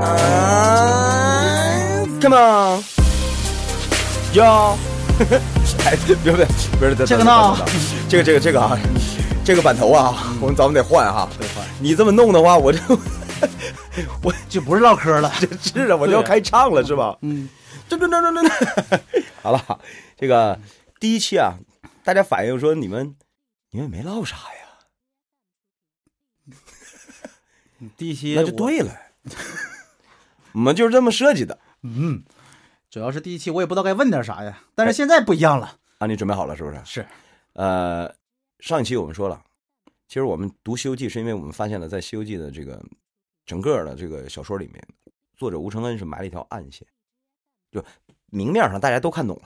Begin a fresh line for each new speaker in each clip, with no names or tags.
啊
，Come on，哟， 哎，不是不是，等
这
等
个闹
等等这个这个这个啊，这个版头啊，我们咱们得换哈。
对换
你这么弄的话，我就我
就不是唠嗑了。
是啊，我就要开唱了，是吧？嗯，这这这这这， 好了，这个第一期啊，大家反映说你们你们没唠啥呀，
第一期
那就
我，
对了， 我们就是这么设计的
嗯，主要是第一期我也不知道该问点啥呀，但是现在不一样了，
啊。你准备好了是不是？
是
呃，上一期我们说了，其实我们读《西游记》是因为我们发现了，在《西游记》的这个整个的这个小说里面，作者吴承恩是埋了一条暗线，就明面上大家都看懂了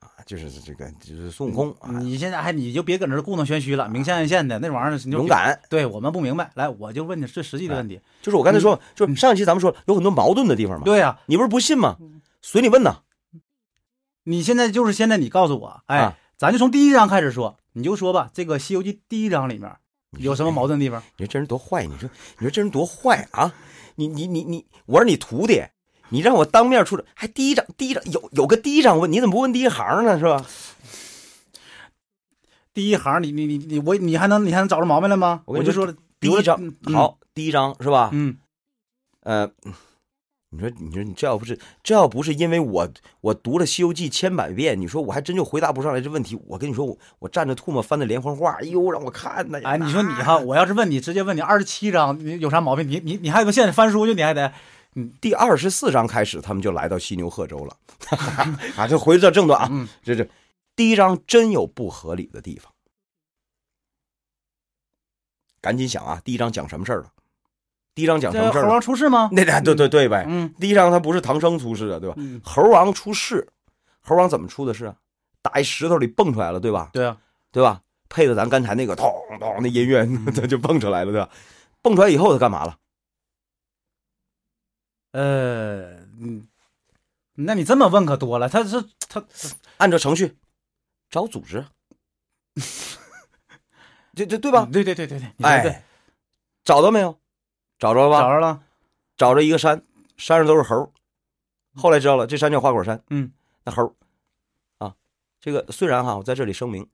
啊，就是这个就是孙悟空啊，
你现在还哎你就别搁那儿故弄玄虚了，明线暗线的那玩意儿，你就
勇。敢。哎
对我们不明白，来，我就问你最实际的问题。
就是我刚才说，就是上一期咱们说有很多矛盾的地方嘛，
对啊嗯呀、
你不是不信吗？随你问呐，
你现在就是现在，你告诉我，哎，
啊
咱就从第一章开始说，你就说吧，这个《西游记》第一章里面有什么矛盾的地方？
你说这人多坏，你说你说这人多坏啊！你你你你，我是你徒弟，你让我当面出来，还第一章第一章有有个第一章问，你怎么不问第一行呢？是吧？
第一行你，你你你我你还能你还能找着毛病来吗？
我
我
跟你
就
说啊
说了，
第一章
留了嗯
好，第一章是吧？
嗯，
呃，你说你说你这要不是这要不是因为我我读了《西游记》千百遍，你说我还真就回答不上来这问题。我跟你说，我我站着唾沫翻的连环画，哎呦，让我看呐！啊
哎，你说你哈，我要是问你，直接问你二十七章，你有啥毛病？你你你还有个现在翻书去，你还得
第二十四章开始，他们就来到犀牛贺州了。 啊，这回到正段啊，
嗯
这这第一章真有不合理的地方。赶紧想啊，第一章讲什么事儿了？第一章讲什
这
么事
猴
儿了？哎
王出世吗？
那对对对呗，
嗯
第一章他不是唐僧出世啊，对吧？
嗯，
猴王出世，猴王怎么出的世啊？打一石头里蹦出来了，对吧？
对啊，
对吧？配着咱刚才那个咚咚的音乐，他 就蹦出来了，对吧？蹦出来以后他干嘛了？
呃，嗯，那你这么问可多了，他是他
按照程序找组织， 这这对吧？
嗯对对对对对，你说得对，
哎，找到没有？找着了
找
吧？
着了，
找着一个山，山上都是猴儿。后来知道了，这山叫花果山。
嗯，
那猴儿啊，这个虽然哈，我在这里声明，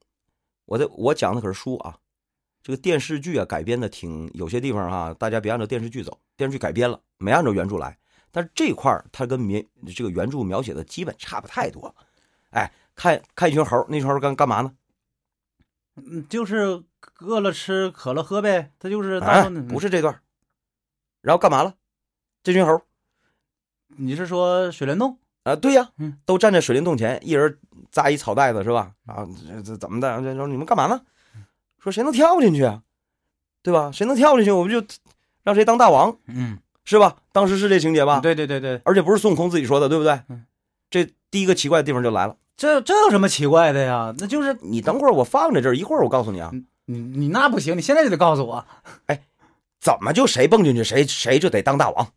我在我讲的可是书啊，这个电视剧啊改编的挺有些地方哈、大家别按照电视剧走，电视剧改编了没按照原著来，但是这块儿它跟民这个原著描写的基本差不太多。哎，看看一群猴儿，那群猴儿干干嘛呢？
嗯，就是饿了吃，渴了喝呗，他就是大
啊
众的，
不是这段儿，然后干嘛了？这群猴儿
你是说水帘洞？
啊，对呀
嗯，
都站在水帘洞前，一人扎一草袋子是吧？啊，这这怎么的？这说你们干嘛呢？说谁能跳进去啊？对吧？谁能跳进去，我们就让谁当大王，
嗯，
是吧？当时是这情节吧？，
对对对对，
而且不是孙悟空自己说的，对不对
嗯？
这第一个奇怪的地方就来了。
这这有什么奇怪的呀？那就是
你等会儿我放在这儿，一会儿我告诉你啊，
你你那不行，你现在就得告诉我，
怎么就谁蹦进去谁谁就得当大王？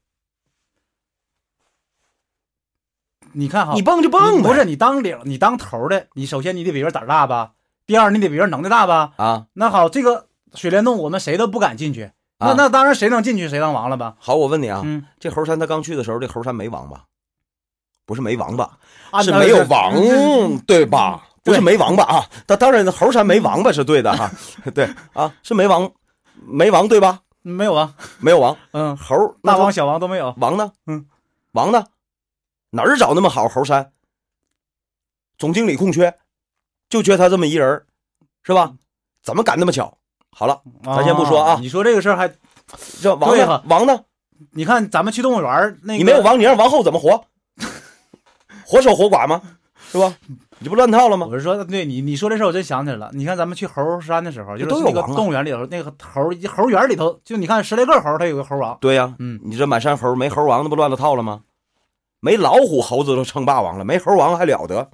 你看哈，
你蹦就蹦
你
呗，
啊不是你当领你当头的，你首先你得比别人胆儿大吧，第二你得比别人能耐大吧。
啊？
那好，这个水帘洞我们谁都不敢进去，那、
啊
那当然谁能进去谁当王了吧？
好，我问你啊，
嗯，
这猴山他刚去的时候，这猴山没王吧？不是没王吧？
啊
是
那
没有王
嗯
对吧？不是
对
没王八啊，当当然猴山没王八是对的哈、对啊是没王，没王对吧？
没有王，
没有王，
嗯，
猴儿那
大
他
王小王都没有，
王呢？
嗯，
王呢？哪儿找那么好猴山？总经理空缺，就缺他这么一人儿，是吧？怎么敢那么巧？好了，咱先不说啊
你说这个事儿还，
这王
对
呢
哈？
王呢？
你看咱们去动物园儿那个，
你没有，王，你让王后怎么活？ 活守活寡吗？是吧？你这不乱套了吗？
我是说，对你你说这事儿我真想起来了。你看咱们去猴山的时候，就是
都有
那个
王啊
动物园里头那个猴猴园里头，就你看十来个猴，它有个猴王，
对呀、
嗯，
你这满山猴没猴王，那不乱了套了吗？没老虎、猴子都称霸王了，没猴王还了得，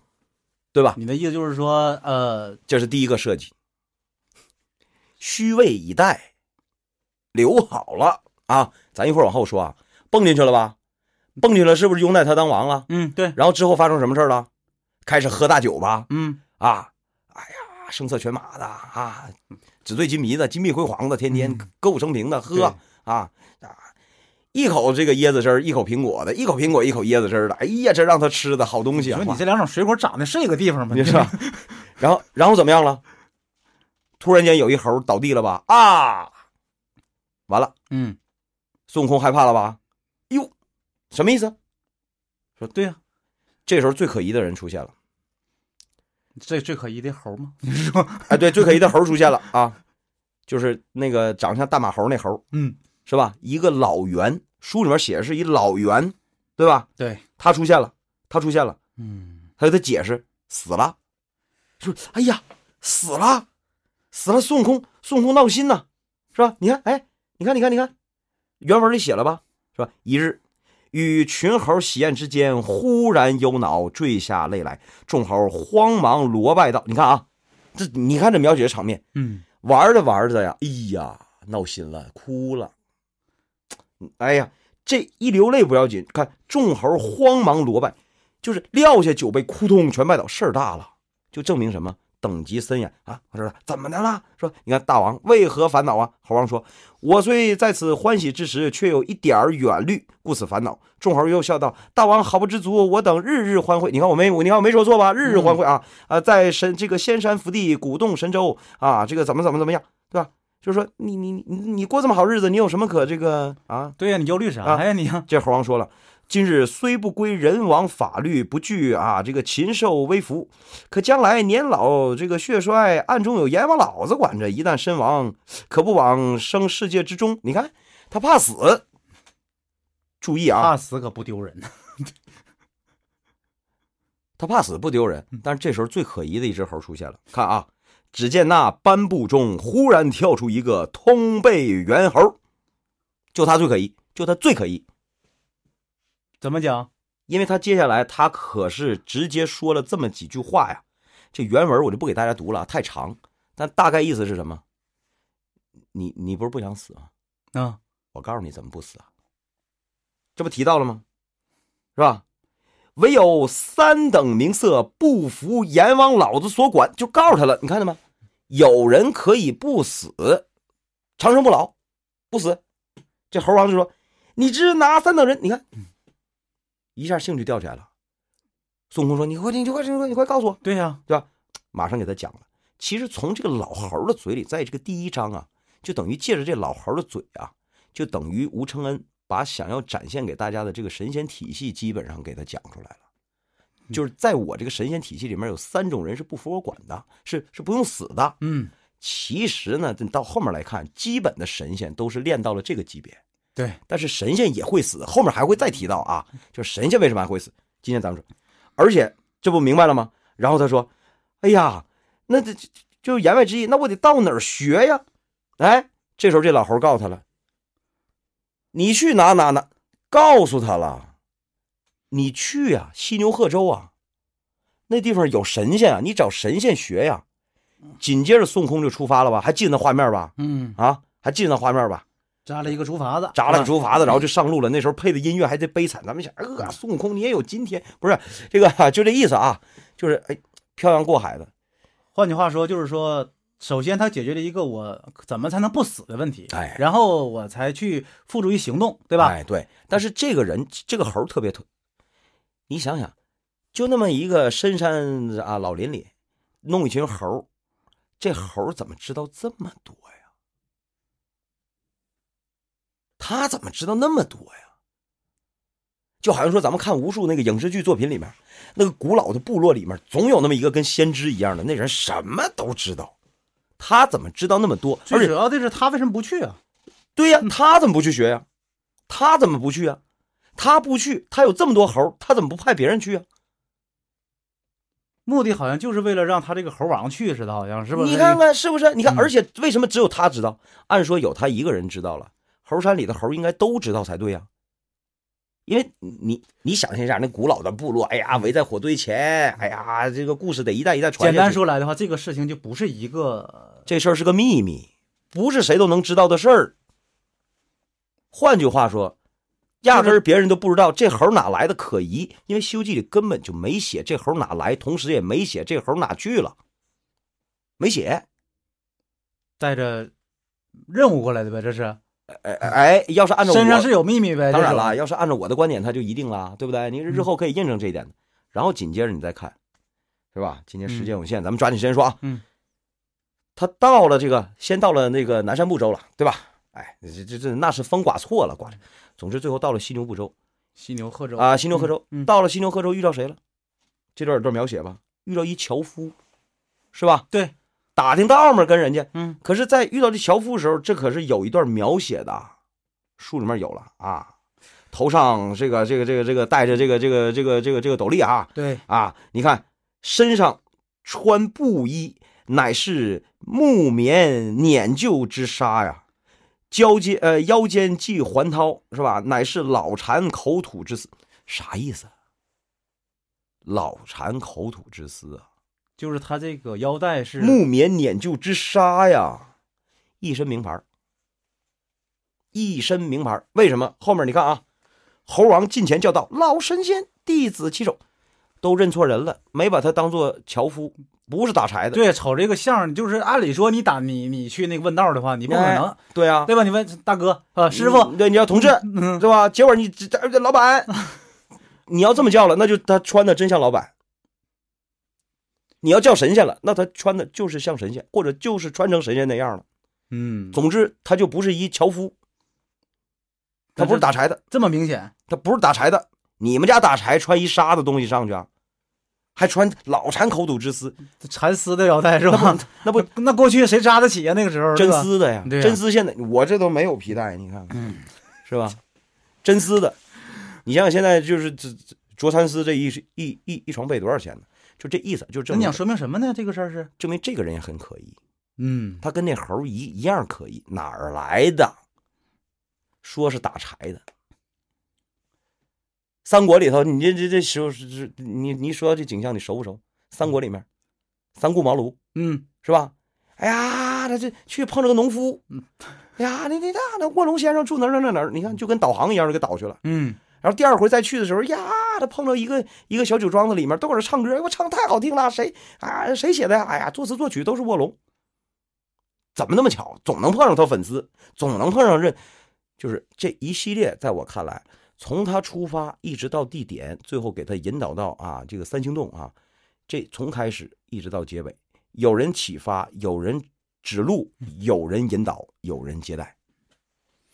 对吧？
你的意思就是说，呃，
这是第一个设计，虚位以待，留好了啊！咱一会儿往后说啊，蹦进去了吧？蹦进去了，是不是拥戴他当王了？
嗯，对，
然后之后发生什么事儿了？开始喝大酒吧？
嗯，
啊，哎呀，声色犬马的啊，
嗯
纸醉金迷的，金碧辉煌的，天天歌舞升平的喝
对
啊啊，一口这个椰子汁儿，一口苹果的，一口苹果，一口椰子汁儿的。哎呀，这让他吃的好东西
你
啊！
说你这两种水果长得是一个地方吗？
你知道？然后，然后怎么样了？突然间有一猴倒地了吧？啊，完了！
嗯，
孙悟空害怕了吧？哟，什么意思？
说对啊呀、
这时候最可疑的人出现了。
这最可疑的猴吗？
哎，对，最可疑的猴出现了啊，就是那个长得像大马猴那猴，
嗯，
是吧？一个老猿，书里面写的是一老猿，对吧？
对，
他出现了，他出现了，
嗯，
他给他解释死了，说哎呀死了，死了，孙悟空，孙悟空闹心呐，是吧？你看，哎，你看，你看，你看，原文里写了吧，是吧？一日。与群猴喜宴之间，忽然有脑坠下泪来，众猴慌忙罗拜道：“你看啊，这你看这描写的场面，
嗯，
玩着玩着呀，哎呀，闹心了，哭了。哎呀，这一流泪不要紧，看众猴慌忙罗拜，就是撂下酒杯，扑通全拜倒，事儿大了，就证明什么等级森严啊！我说怎么的啦？说你看大王为何烦恼啊？猴王说：我虽在此欢喜之时，却有一点儿远虑，故此烦恼。众猴又笑道：大王毫不知足，我等日日欢会。你看我没，你看我没说错吧？日日欢会啊！啊，在神这个仙山福地，鼓动神州啊，这个怎么怎么怎么样，对吧？就是说你你你你过这么好日子，你有什么可这个啊？
对呀、你忧虑啥
啊
呀、你呀、
这猴王说了：“今日虽不归人王法律，不惧啊这个禽兽微服，可将来年老这个血衰，暗中有阎王老子管着。一旦身亡，可不往生世界之中。你看他怕死，注意啊，
怕死可不丢人呐。
他怕死不丢人。但是这时候最可疑的一只猴出现了，看啊，只见那斑布中忽然跳出一个通背猿猴，就他最可疑，就他最可疑。”
怎么讲？
因为他接下来他可是直接说了这么几句话呀，这原文我就不给大家读了，太长，但大概意思是什么？你你不是不想死吗？
啊，
我告诉你怎么不死啊，这不提到了吗？是吧？唯有三等名色不服阎王老子所管，就告诉他了。你看见没？有人可以不死，长生不老，不死。这猴王就说：“你只拿三等人。”你看，嗯一下兴趣吊起来了。孙悟空说：“你快，你快，你快，你快告诉我，
对呀、
马上给他讲了。其实从这个老猴的嘴里，在这个第一章啊，就等于借着这老猴的嘴啊，就等于吴承恩把想要展现给大家的这个神仙体系，基本上给他讲出来了。就是在我这个神仙体系里面，有三种人是不服我管的，是是不用死的。
嗯，
其实呢，你到后面来看，基本的神仙都是练到了这个级别，
对，
但是神仙也会死，后面还会再提到啊，就是神仙为什么还会死？今天咱们说，而且这不明白了吗？然后他说：“哎呀，那这这就是言外之意，那我得到哪儿学呀？”哎，这时候这老猴告诉他了：“你去哪哪哪，告诉他了，你去呀、犀牛贺州啊，那地方有神仙啊，你找神仙学呀。”紧接着孙悟空就出发了吧，还记得那画面吧？
嗯，
啊，还记得那画面吧？
扎了一个竹筏子，
扎了
是吧
竹筏子，然后就上路了。那时候配的音乐还得悲惨，咱们想，哎呀，孙悟空你也有今天，不是这个就这意思啊，就是哎，漂洋过海的，
换句话说，就是说，首先他解决了一个我怎么才能不死的问题，
哎
然后我才去付诸于行动，对吧？
哎，对。但是这个人，这个猴儿特别特，你想想，就那么一个深山啊老林里，弄一群猴儿，这猴儿怎么知道这么多呀？他怎么知道那么多呀？就好像说咱们看无数那个影视剧作品里面，那个古老的部落里面，总有那么一个跟先知一样的那人，什么都知道。他怎么知道那么多？而
最
且
主要的是他为什么不去啊？
对呀、他怎么不去学呀、他怎么不去啊？他不去，他有这么多猴儿，他怎么不派别人去啊？
目的好像就是为了让他这个猴王去似的，好像是不是？
你看看是不是？你看，
嗯
而且为什么只有他知道？按说有他一个人知道了，猴山里的猴应该都知道才对呀、因为你你想象一下，那古老的部落，哎呀，围在火堆前，哎呀，这个故事得一代一代传下
简
去。
单说来的话，这个事情就不是一个
这事儿是个秘密，不是谁都能知道的事儿。换句话说，压根儿别人都不知道这猴哪来的可疑，因为《西游记》里根本就没写这猴哪来，同时也没写这猴哪去了，没写。
带着任务过来的呗，这是
哎哎哎，要是按照我
身上是有秘密呗。
当然
这
啦，
种，
要是按照我的观点，他就一定啦，对不对？你日
嗯
后可以印证这一点的。然后紧接着你再看，是吧？今天时间有限，咱们抓紧时间说啊。
嗯，
他到了这个，先到了那个南山部州了，对吧？哎，这这这那是风刮错了，刮
嗯
的。总之最后到了犀牛部州
犀牛贺州
啊，犀牛贺州。
嗯嗯
到了犀牛贺州遇到谁了？这段有段描写吧，遇到一樵夫，是吧？
对，
打听道嘛，跟人家。
嗯，
可是，在遇到这樵夫的时候，这可是有一段描写的啊，书里面有了啊，头上这个这个这个这个戴着这个这个这个这个这个斗笠啊
对，
啊，你看身上穿布衣，乃是木棉捻就之纱呀，腰间呃腰间系环绦是吧？乃是老蝉口吐之丝，啥意思啊？老蝉口吐之丝啊？
就是他这个腰带是
木棉捻就之纱呀，一身名牌儿一身名牌儿为什么？后面你看啊，猴王近前叫道：“老神仙，弟子起手。”都认错人了，没把他当做樵夫，不是打柴的。
对，瞅这个相儿，就是按理说你打你你去那个问道的话，你不可
哎
能，
对啊，
对吧？你问大哥啊，师傅，
嗯对，你要同志，
嗯，
对吧？结果你这这老板，你要这么叫了，那就他穿的真像老板。你要叫神仙了，那他穿的就是像神仙，或者就是穿成神仙那样了。
嗯，
总之，他就不是一樵夫，他不是打柴的，
这么明显，
他不是打柴的。你们家打柴穿一纱的东西上去啊，还穿老缠口吐之丝，
这蚕丝的腰带是吧？
那不
那过去谁扎得起呀？那个时候
真，
是吧
丝的呀？
对呀啊
真丝现在我这都没有皮带，你看看，
嗯
是吧？真丝的，你想想现在就是这这卓蚕丝这一一一一床被多少钱呢？就这意思，就
那
证
你
明
想说明什么呢？这个事儿是，
证明这个人也很可疑。
嗯，
他跟那猴儿一一样可疑，哪儿来的？说是打柴的。三国里头，你这这这时候是是，你你说到这景象，你熟不熟？三国里面，三顾茅庐
嗯，
是吧？哎呀，他这去碰着个农夫，哎呀，那那那那卧龙先生住哪儿哪儿哪儿哪儿？你看就跟导航一样，就给导去了。
嗯，
然后第二回再去的时候，呀，他碰到一个一个小酒庄子里面都搁那唱歌，哎我唱太好听了，谁啊谁写的呀？哎呀，作词作曲都是卧龙，怎么那么巧？总能碰上他粉丝，总能碰上这，就是这一系列，在我看来，从他出发一直到地点，最后给他引导到啊这个三星洞啊，这从开始一直到结尾，有人启发，有人指路，有人引导，有人接待。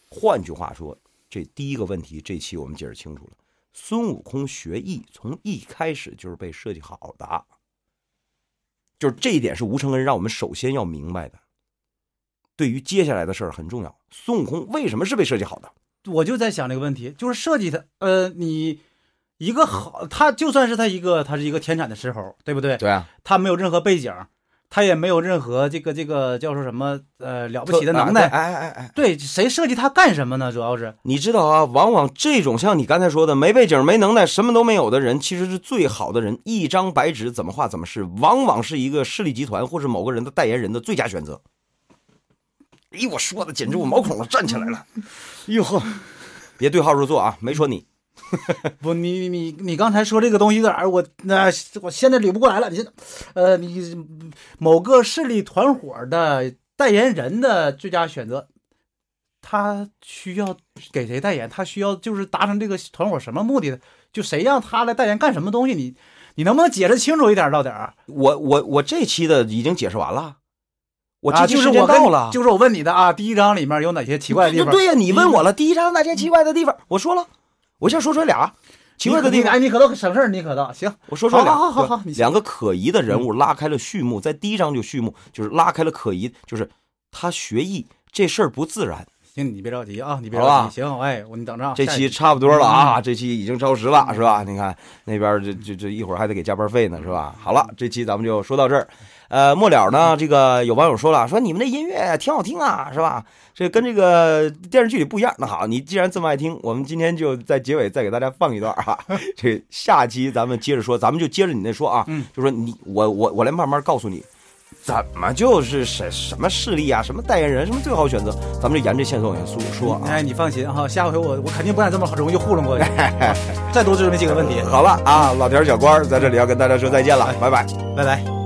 换句话说，这第一个问题，这期我们解释清楚了。孙悟空学艺从一开始就是被设计好的，就是这一点是吴承恩让我们首先要明白的。对于接下来的事儿很重要。孙悟空为什么是被设计好的？
我就在想这个问题，就是设计他，呃，你一个好，他就算是他一个，他是一个天产的石猴，对不对？
对啊，
他没有任何背景，他也没有任何这个这个叫做什么呃了不起的能
啊
耐。
对哎哎哎哎，
对，谁设计他干什么呢？主要是，
你知道啊，往往这种像你刚才说的没背景、没能耐、什么都没有的人，其实是最好的人。一张白纸怎么画怎么是，往往是一个势力集团或是某个人的代言人的最佳选择。哎，我说的简直我毛孔都站起来了。
哟呵，
别对号入座啊，没说你。
不，你你你刚才说这个东西有点儿，我那、我现在捋不过来了。你这，呃，你某个势力团伙的代言人的最佳选择，他需要给谁代言？他需要就是达成这个团伙什么目的？就谁让他来代言干什么东西？你你能不能解释清楚一点儿到点儿啊？
我我我这期的已经解释完了，我这
啊
期
就是
时间
我跟
到了，
就是我问你的啊，第一章里面有哪些奇怪的地方？
对呀、你问我了，第一章哪些奇怪的地方？我说了，我现在说出来俩奇怪的地
你可
方，
哎，你可倒省事儿，你可倒行。
我说出来俩，
好好好好
对
你先嗯
两个可疑的人物拉开了序幕，在第一章就序幕，就是拉开了可疑，就是他学艺这事儿不自然。
行，你别着急啊，你别
好吧
着急。行，哎，我你等着啊。
这
下一嗯
期差不多了啊，这期已经超时了，是吧？你看那边这这这一会儿还得给加班费呢，是吧？好了，这期咱们就说到这儿。呃，末了呢，这个有网友说了，说你们这音乐挺好听啊，是吧？这跟这个电视剧里不一样。那好，你既然这么爱听，我们今天就在结尾再给大家放一段 啊。这下期咱们接着说，咱们就接着你那说啊，
嗯
就说你我我我来慢慢告诉你。怎么就是什什么势力啊，什么代言人，什么最好选择？咱们就沿着线索往下说说啊。
哎，你放心哈，下回我我肯定不敢这么容易糊弄过去，再多就这么几个问题，
好了啊，老田儿小官儿在这里要跟大家说再见了，拜拜。
拜拜。